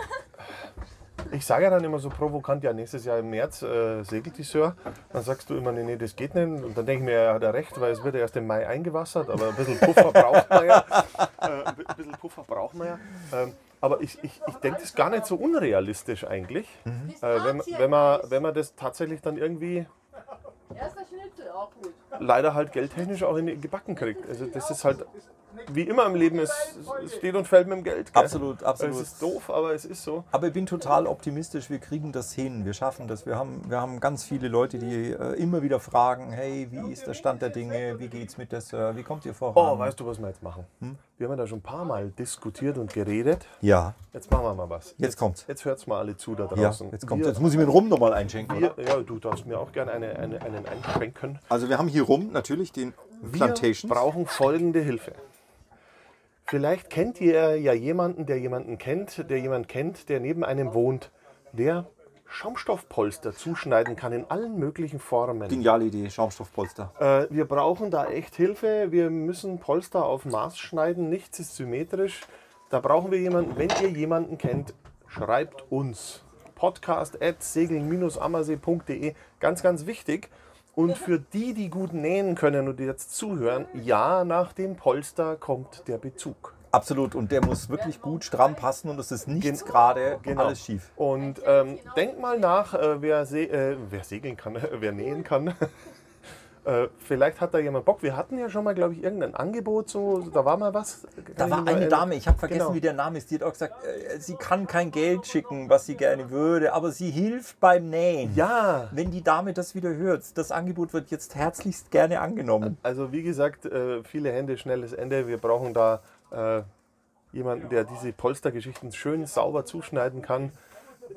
[SPEAKER 2] ich sage ja dann immer so provokant, ja, nächstes Jahr im März äh, segelt die Sör. Dann sagst du immer, nee, nee, das geht nicht. Und dann denke ich mir, ja, hat er recht, weil es wird ja erst im Mai eingewassert, aber ein bisschen Puffer braucht man ja. Äh, ein bisschen Puffer braucht man ja. Ähm, aber ich, ich, ich denke, das ist gar nicht so unrealistisch eigentlich, äh, wenn, wenn, man, wenn man das tatsächlich dann irgendwie
[SPEAKER 5] Erster Schnitzel, auch gut.
[SPEAKER 2] leider halt geldtechnisch auch in die gebacken kriegt. Also das ist halt, wie immer im Leben, es, es steht und fällt mit dem Geld. Gell?
[SPEAKER 1] Absolut,
[SPEAKER 2] Es
[SPEAKER 1] absolut.
[SPEAKER 2] ist doof, aber es ist so.
[SPEAKER 1] Aber ich bin total optimistisch, wir kriegen das hin, wir schaffen das. Wir haben, wir haben ganz viele Leute, die äh, immer wieder fragen, hey, wie ist der Stand der Dinge, wie geht's mit der Sir, wie kommt ihr voran?
[SPEAKER 2] Oh, weißt du, was wir jetzt machen? Wir haben ja da schon ein paar Mal diskutiert und geredet.
[SPEAKER 1] ja,
[SPEAKER 2] Jetzt machen wir mal was.
[SPEAKER 1] jetzt kommt's.
[SPEAKER 2] Jetzt hört's mal alle zu da
[SPEAKER 1] Ja,
[SPEAKER 2] draußen.
[SPEAKER 1] jetzt kommt.
[SPEAKER 2] wir,
[SPEAKER 1] Jetzt muss ich mir den Rum nochmal einschenken. oder?
[SPEAKER 2] wir, Ja, du darfst mir auch gerne eine, eine, einen einschränken.
[SPEAKER 1] Also wir haben hier rum natürlich den
[SPEAKER 2] Wir brauchen folgende Hilfe. Vielleicht kennt ihr ja jemanden, der jemanden kennt, der jemanden kennt, der neben einem wohnt, der Schaumstoffpolster zuschneiden kann in allen möglichen Formen.
[SPEAKER 1] Geniale Idee, Schaumstoffpolster.
[SPEAKER 2] Äh, wir brauchen da echt Hilfe. Wir müssen Polster auf Maß schneiden. Nichts ist symmetrisch. Da brauchen wir jemanden. Wenn ihr jemanden kennt, schreibt uns. Podcast at segeln-ammersee.de. Ganz, ganz wichtig. Und für die, die gut nähen können und die jetzt zuhören, ja, nach dem Polster kommt der Bezug.
[SPEAKER 1] Absolut, und der muss wirklich gut stramm passen und es ist nichts gerade, alles schief.
[SPEAKER 2] Und ähm, denkt mal nach, äh, wer, se äh, wer segeln kann, wer nähen kann. äh, vielleicht hat da jemand Bock. Wir hatten ja schon mal, glaube ich, irgendein Angebot, so, da war mal was. Kann
[SPEAKER 1] Da
[SPEAKER 2] ich
[SPEAKER 1] war
[SPEAKER 2] mich
[SPEAKER 1] eine
[SPEAKER 2] erinnern.
[SPEAKER 1] Dame, ich habe vergessen,
[SPEAKER 2] Genau.
[SPEAKER 1] wie der Name ist, die hat auch gesagt, äh, sie kann kein Geld schicken, was sie gerne würde, aber sie hilft beim Nähen.
[SPEAKER 2] Ja,
[SPEAKER 1] Wenn die Dame das wieder hört, das Angebot wird jetzt herzlichst gerne angenommen.
[SPEAKER 2] also wie gesagt, äh, viele Hände, schnelles Ende. Wir brauchen da äh, jemanden, der diese Polstergeschichten schön sauber zuschneiden kann.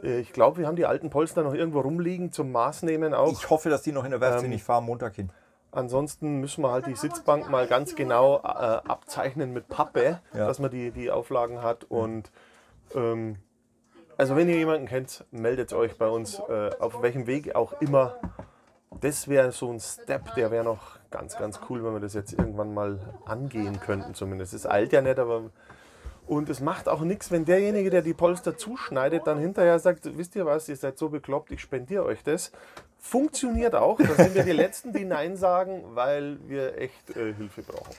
[SPEAKER 2] Äh, Ich glaube, wir haben die alten Polster noch irgendwo rumliegen zum Maßnehmen auch.
[SPEAKER 1] Ich hoffe, dass die noch in der Werft sind,
[SPEAKER 2] Ähm.
[SPEAKER 1] ich fahre am Montag hin.
[SPEAKER 2] Ansonsten müssen wir halt die Sitzbank mal ganz genau äh, abzeichnen mit Pappe,
[SPEAKER 1] Ja.
[SPEAKER 2] dass man die, die Auflagen hat. Und ähm, also wenn ihr jemanden kennt, meldet euch bei uns, äh, auf welchem Weg auch immer. Das wäre so ein Step, der wäre noch ganz, ganz cool, wenn wir das jetzt irgendwann mal angehen könnten zumindest. Es eilt ja nicht, aber... Und es macht auch nichts, wenn derjenige, der die Polster zuschneidet, dann hinterher sagt, wisst ihr was, ihr seid so bekloppt, ich spendiere euch das. Funktioniert auch. Da sind wir die Letzten, die Nein sagen, weil wir echt äh, Hilfe brauchen.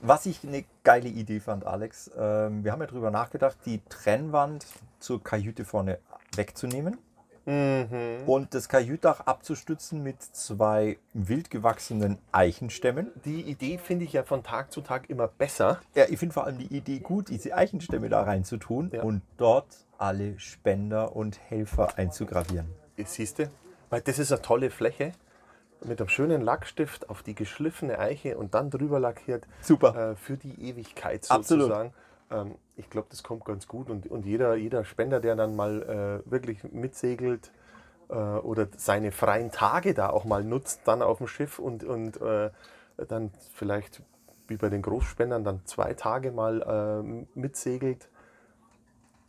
[SPEAKER 1] Was ich eine geile Idee fand, Alex, ähm, wir haben ja drüber nachgedacht, die Trennwand zur Kajüte vorne wegzunehmen
[SPEAKER 2] Mhm.
[SPEAKER 1] und das Kajütdach abzustützen mit zwei wild gewachsenen Eichenstämmen.
[SPEAKER 2] Die Idee finde ich ja von Tag zu Tag immer besser.
[SPEAKER 1] Ja, ich finde vor allem die Idee gut, diese Eichenstämme da reinzutun
[SPEAKER 2] Ja.
[SPEAKER 1] und dort alle Spender und Helfer einzugravieren.
[SPEAKER 2] Siehst du? Weil das ist eine tolle Fläche. Mit einem schönen Lackstift auf die geschliffene Eiche und dann drüber lackiert.
[SPEAKER 1] Super.
[SPEAKER 2] Äh, für die Ewigkeit
[SPEAKER 1] Absolut.
[SPEAKER 2] sozusagen. Ähm, ich glaube, das kommt ganz gut. Und, und jeder, jeder Spender, der dann mal äh, wirklich mitsegelt äh, oder seine freien Tage da auch mal nutzt, dann auf dem Schiff und, und äh, dann vielleicht wie bei den Großspendern dann zwei Tage mal ähm, mitsegelt.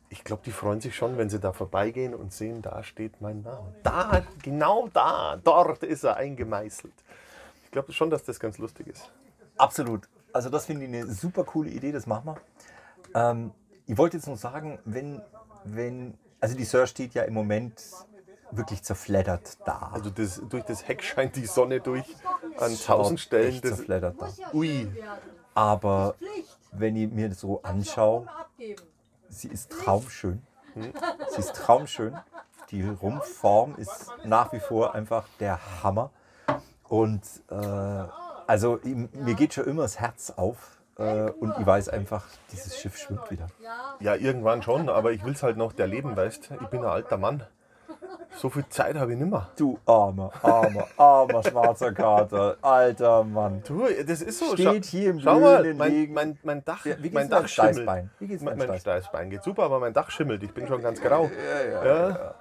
[SPEAKER 2] Ich glaube, die freuen sich schon, wenn sie da vorbeigehen und sehen, da steht mein Name. Da, genau da, dort ist er eingemeißelt. Ich glaube schon, dass das ganz lustig ist.
[SPEAKER 1] Absolut. Also das finde ich eine super coole Idee, das machen wir. Ähm, ich wollte jetzt noch sagen, wenn, wenn, also die Sir steht ja im Moment wirklich zerfleddert da.
[SPEAKER 2] Also das, durch das Heck scheint die Sonne durch an tausend Stellen.
[SPEAKER 1] Echt
[SPEAKER 2] Das,
[SPEAKER 1] zerfleddert da.
[SPEAKER 2] ui,
[SPEAKER 1] Aber
[SPEAKER 5] Pflicht.
[SPEAKER 1] wenn ich mir das so anschaue,
[SPEAKER 5] Abgeben.
[SPEAKER 1] sie ist traumschön. Sie ist traumschön. Die Rumpfform ist nach wie vor einfach der Hammer. Und äh, also ihm- mir geht schon immer das Herz auf. Äh, und ich weiß einfach, dieses Schiff schwimmt wieder.
[SPEAKER 2] ja irgendwann schon, aber ich will es halt noch erleben, weißt Ich bin ein alter Mann. So viel Zeit habe ich nimmer.
[SPEAKER 1] Du armer, armer, armer schwarzer Kater, alter Mann.
[SPEAKER 2] Du, das ist so.
[SPEAKER 1] Steht hier im
[SPEAKER 2] Schau mal,
[SPEAKER 1] blühenden
[SPEAKER 2] mein,
[SPEAKER 1] Legen.
[SPEAKER 2] mein, mein Dach,
[SPEAKER 1] Ja, wie geht's
[SPEAKER 2] mein
[SPEAKER 1] deinem
[SPEAKER 2] Dach schimmelt.
[SPEAKER 1] Steißbein? Wie geht's
[SPEAKER 2] mein
[SPEAKER 1] deinem
[SPEAKER 2] mein
[SPEAKER 1] Steißbein?
[SPEAKER 2] Steißbein geht super, aber mein Dach schimmelt. Ich bin schon ganz grau. Ja.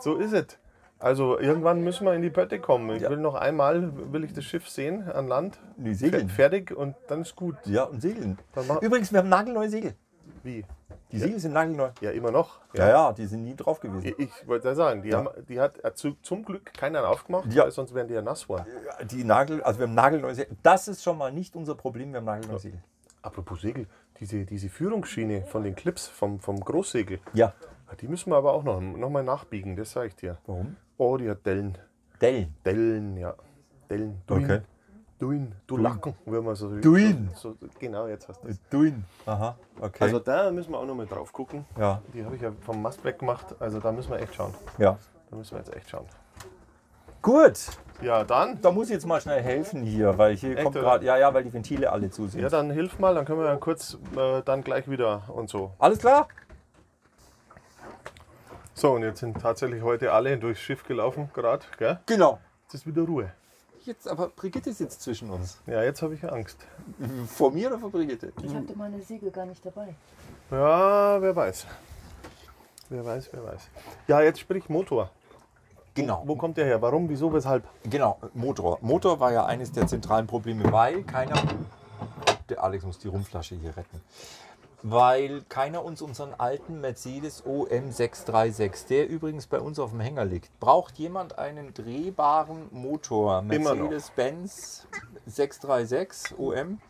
[SPEAKER 2] So ist es. Also irgendwann müssen wir in die Pötte kommen. Ich
[SPEAKER 1] Ja.
[SPEAKER 2] will noch einmal, will ich das Schiff sehen an Land.
[SPEAKER 1] Nee, segeln.
[SPEAKER 2] Fertig und dann ist gut.
[SPEAKER 1] Ja, und segeln.
[SPEAKER 2] Dann mach-
[SPEAKER 1] Übrigens, wir haben nagelneue Segel.
[SPEAKER 2] Wie?
[SPEAKER 1] Die Siegel sind nagelneu.
[SPEAKER 2] Ja, immer noch.
[SPEAKER 1] Ja, ja, die sind nie drauf gewesen.
[SPEAKER 2] Ich, ich wollte ja sagen, die, haben, die hat er zu, zum Glück keiner aufgemacht,
[SPEAKER 1] Ja.
[SPEAKER 2] weil sonst wären die ja nass worden.
[SPEAKER 1] Die Nagel, also wir haben nagelneue Segel. Das ist schon mal nicht unser Problem, wir haben nagelneue Segel.
[SPEAKER 2] Apropos Segel, diese, diese Führungsschiene von den Clips vom, vom Großsegel,
[SPEAKER 1] Ja.
[SPEAKER 2] die müssen wir aber auch noch, noch mal nachbiegen, das sage ich dir.
[SPEAKER 1] Warum?
[SPEAKER 2] Oh, die hat Dellen.
[SPEAKER 1] Dellen.
[SPEAKER 2] Dellen, ja. Dellen.
[SPEAKER 1] Okay.
[SPEAKER 2] Duin. Du Lacken, würden wir so
[SPEAKER 1] Duin.
[SPEAKER 2] So, so, genau, jetzt hast du es.
[SPEAKER 1] Duin. Aha, okay.
[SPEAKER 2] Also da müssen wir auch noch mal drauf gucken.
[SPEAKER 1] ja,
[SPEAKER 2] Die habe ich ja vom Mast weg gemacht, also da müssen wir echt schauen.
[SPEAKER 1] ja.
[SPEAKER 2] Da müssen wir jetzt echt schauen.
[SPEAKER 1] Gut,
[SPEAKER 2] Ja, dann.
[SPEAKER 1] da muss ich jetzt mal schnell helfen hier, weil hier kommt
[SPEAKER 2] oder?
[SPEAKER 1] gerade, ja, ja, weil die Ventile alle zu sind.
[SPEAKER 2] Ja, dann hilf mal, dann können wir dann kurz äh, dann gleich wieder und so.
[SPEAKER 1] Alles klar?
[SPEAKER 2] So, und jetzt sind tatsächlich heute alle durchs Schiff gelaufen, gerade. gell?
[SPEAKER 1] Genau.
[SPEAKER 2] Jetzt ist wieder Ruhe.
[SPEAKER 1] Jetzt, aber Brigitte sitzt zwischen uns.
[SPEAKER 2] Ja, jetzt habe ich Angst.
[SPEAKER 1] Vor mir oder vor Brigitte?
[SPEAKER 5] Ich hatte meine Segel gar nicht dabei.
[SPEAKER 2] Ja, wer weiß. Wer weiß, wer weiß. Ja, jetzt sprich Motor.
[SPEAKER 1] Genau.
[SPEAKER 2] Wo kommt der her? Warum, wieso, weshalb?
[SPEAKER 1] Genau, Motor. Motor war ja eines der zentralen Probleme, weil keiner. Der Alex muss die Rumflasche hier retten. Weil keiner uns unseren alten Mercedes OM636, der übrigens bei uns auf dem Hänger liegt, braucht jemand einen drehbaren Motor.
[SPEAKER 2] Immer noch.
[SPEAKER 1] Mercedes-Benz 636 OM,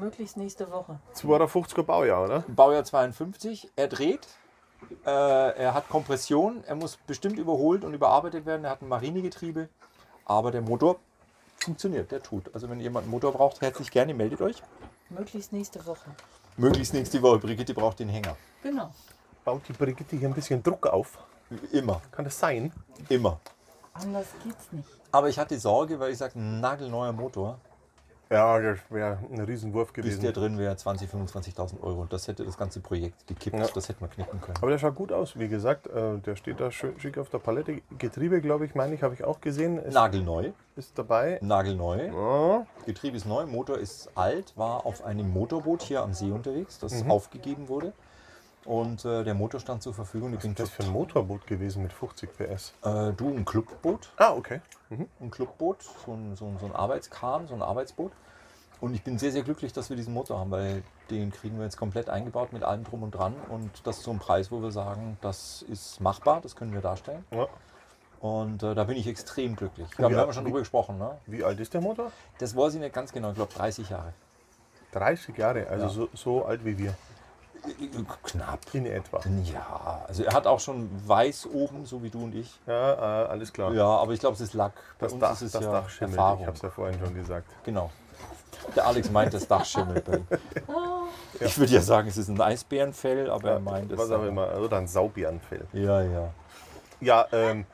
[SPEAKER 5] Möglichst nächste Woche.
[SPEAKER 2] 250er Baujahr, oder?
[SPEAKER 1] Baujahr 52. Er dreht, äh, er hat Kompression, er muss bestimmt überholt und überarbeitet werden. Er hat ein Marinegetriebe, aber der Motor funktioniert, der tut. Also wenn jemand einen Motor braucht, herzlich gerne, meldet euch.
[SPEAKER 5] Möglichst nächste Woche.
[SPEAKER 1] Möglichst nächste Woche. Brigitte braucht den Hänger.
[SPEAKER 5] Genau.
[SPEAKER 2] Baut die Brigitte hier ein bisschen Druck auf?
[SPEAKER 1] Immer,
[SPEAKER 2] Kann das sein?
[SPEAKER 1] immer.
[SPEAKER 5] Anders geht's nicht.
[SPEAKER 1] Aber ich hatte Sorge, weil ich sagte, nagelneuer Motor,
[SPEAKER 2] Ja, das wäre ein Riesenwurf
[SPEAKER 1] bis der
[SPEAKER 2] gewesen.
[SPEAKER 1] drin wäre, 20.000, 25.000 Euro. Das hätte das ganze Projekt gekippt.
[SPEAKER 2] Ja.
[SPEAKER 1] Das hätten wir knicken können.
[SPEAKER 2] Aber der schaut gut aus, wie gesagt. Äh, der steht da schön schick auf der Palette. Getriebe, glaube ich, meine ich, habe ich auch gesehen. Ist,
[SPEAKER 1] Nagelneu,
[SPEAKER 2] ist dabei.
[SPEAKER 1] nagelneu.
[SPEAKER 2] Ja.
[SPEAKER 1] Getriebe ist neu, Motor ist alt, war auf einem Motorboot hier am See unterwegs, das
[SPEAKER 2] Mhm.
[SPEAKER 1] aufgegeben wurde. Und äh, der Motor stand zur Verfügung. Ich bin
[SPEAKER 2] Das ist für ein Motorboot gewesen mit 50 PS.
[SPEAKER 1] äh, du ein Clubboot,
[SPEAKER 2] Ah, okay.
[SPEAKER 1] ein Clubboot, so ein, so, ein, so ein Arbeitskahn, so ein Arbeitsboot. Und ich bin sehr, sehr glücklich, dass wir diesen Motor haben, weil den kriegen wir jetzt komplett eingebaut mit allem drum und dran. Und das zum Preis, wo wir sagen, das ist machbar, das können wir darstellen.
[SPEAKER 2] Ja.
[SPEAKER 1] Und äh, da bin ich extrem glücklich. Ja,
[SPEAKER 2] wie
[SPEAKER 1] wir haben
[SPEAKER 2] alt-
[SPEAKER 1] schon
[SPEAKER 2] wie-
[SPEAKER 1] drüber gesprochen. Ne?
[SPEAKER 2] Wie alt ist der Motor?
[SPEAKER 1] Das weiß ich nicht ganz genau, ich glaube 30 Jahre.
[SPEAKER 2] 30 Jahre, also
[SPEAKER 1] Ja.
[SPEAKER 2] so, so alt wie wir.
[SPEAKER 1] Knapp.
[SPEAKER 2] In etwa.
[SPEAKER 1] Ja, also er hat auch schon weiß oben, so wie du und ich.
[SPEAKER 2] Ja, äh, alles klar.
[SPEAKER 1] Ja, aber ich glaube, es ist Lack. Bei
[SPEAKER 2] Das,
[SPEAKER 1] uns
[SPEAKER 2] Dach,
[SPEAKER 1] ist es
[SPEAKER 2] das
[SPEAKER 1] ja
[SPEAKER 2] Dach schimmelt. Ich
[SPEAKER 1] Erfahrung.
[SPEAKER 2] habe es ja vorhin schon gesagt.
[SPEAKER 1] Genau. Der Alex meint, das Dach schimmelt bei ihm. Ich würde ja sagen, es ist ein Eisbärenfell, aber er meint es.
[SPEAKER 2] Was auch immer. Oder ein Saubärenfell.
[SPEAKER 1] Ja, ja.
[SPEAKER 2] Ja, ähm,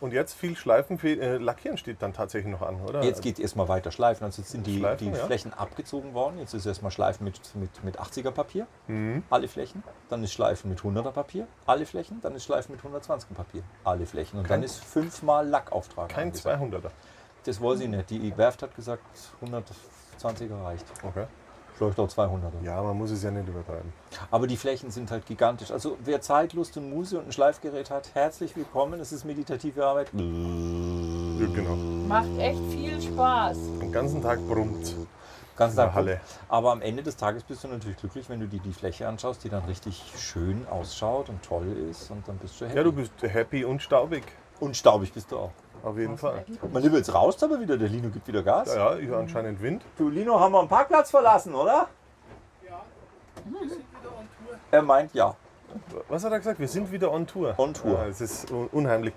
[SPEAKER 2] und jetzt viel Schleifen, viel äh, Lackieren steht dann tatsächlich noch an, oder?
[SPEAKER 1] Jetzt geht es erstmal weiter schleifen. Also jetzt sind die,
[SPEAKER 2] Schleifen,
[SPEAKER 1] die
[SPEAKER 2] ja.
[SPEAKER 1] Flächen abgezogen worden. Jetzt ist erstmal Schleifen mit, mit, mit 80er Papier,
[SPEAKER 2] Mhm.
[SPEAKER 1] alle Flächen. Dann ist Schleifen mit 100er Papier, alle Flächen. Dann ist Schleifen mit 120er Papier, alle Flächen. Und dann ist fünfmal Lackauftrag.
[SPEAKER 2] Kein
[SPEAKER 1] angesagt.
[SPEAKER 2] 200er.
[SPEAKER 1] Das weiß ich nicht. Die Werft hat gesagt, 120er reicht.
[SPEAKER 2] Okay.
[SPEAKER 1] Vielleicht auch 200er.
[SPEAKER 2] Ja, man muss es ja nicht übertreiben.
[SPEAKER 1] Aber die Flächen sind halt gigantisch. Also wer Zeit, Lust und Muse und ein Schleifgerät hat, herzlich willkommen. Es ist meditative Arbeit.
[SPEAKER 2] Ja, genau.
[SPEAKER 5] Macht echt viel Spaß.
[SPEAKER 2] Den ganzen Tag brummt.
[SPEAKER 1] Ganz
[SPEAKER 2] der
[SPEAKER 1] lang.
[SPEAKER 2] Halle.
[SPEAKER 1] Aber am Ende des Tages bist du natürlich glücklich, wenn du dir die Fläche anschaust, die dann richtig schön ausschaut und toll ist. Und dann bist du happy.
[SPEAKER 2] Ja, du bist happy und staubig.
[SPEAKER 1] und staubig bist du auch.
[SPEAKER 2] Auf jeden Fall.
[SPEAKER 1] Mein Lieber, jetzt raus aber wieder. Der Lino gibt wieder Gas.
[SPEAKER 2] Ja, ja, ich höre anscheinend Wind.
[SPEAKER 1] Du, Lino, haben wir einen Parkplatz verlassen, oder? Er meint ja.
[SPEAKER 2] Was hat er gesagt? Wir sind wieder on Tour.
[SPEAKER 1] On Tour.
[SPEAKER 2] Ja, es ist un- unheimlich.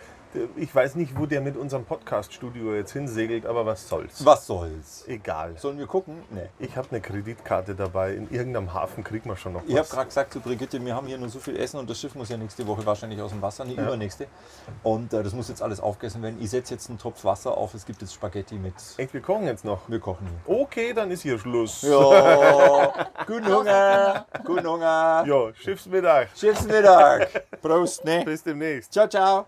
[SPEAKER 2] Ich weiß nicht, wo der mit unserem Podcast-Studio jetzt hinsegelt, aber was soll's.
[SPEAKER 1] Was soll's?
[SPEAKER 2] Egal.
[SPEAKER 1] Sollen wir gucken? Nee.
[SPEAKER 2] Ich habe eine Kreditkarte dabei. In irgendeinem Hafen kriegt man schon noch
[SPEAKER 1] Ich habe
[SPEAKER 2] was.
[SPEAKER 1] gerade gesagt zu Brigitte, wir haben hier nur so viel Essen und das Schiff muss ja nächste Woche wahrscheinlich aus dem Wasser, die übernächste. Und äh, das muss jetzt alles aufgegessen werden. Ich setze jetzt einen Topf Wasser auf, es gibt jetzt Spaghetti mit.
[SPEAKER 2] Echt, wir kochen jetzt noch.
[SPEAKER 1] Wir kochen hier.
[SPEAKER 2] Okay, dann ist hier Schluss.
[SPEAKER 1] Ja, guten Hunger, guten Hunger.
[SPEAKER 2] Jo, Schiffsmittag.
[SPEAKER 1] Schiffsmittag. Prost, ne?
[SPEAKER 2] Bis demnächst.
[SPEAKER 1] Ciao, ciao.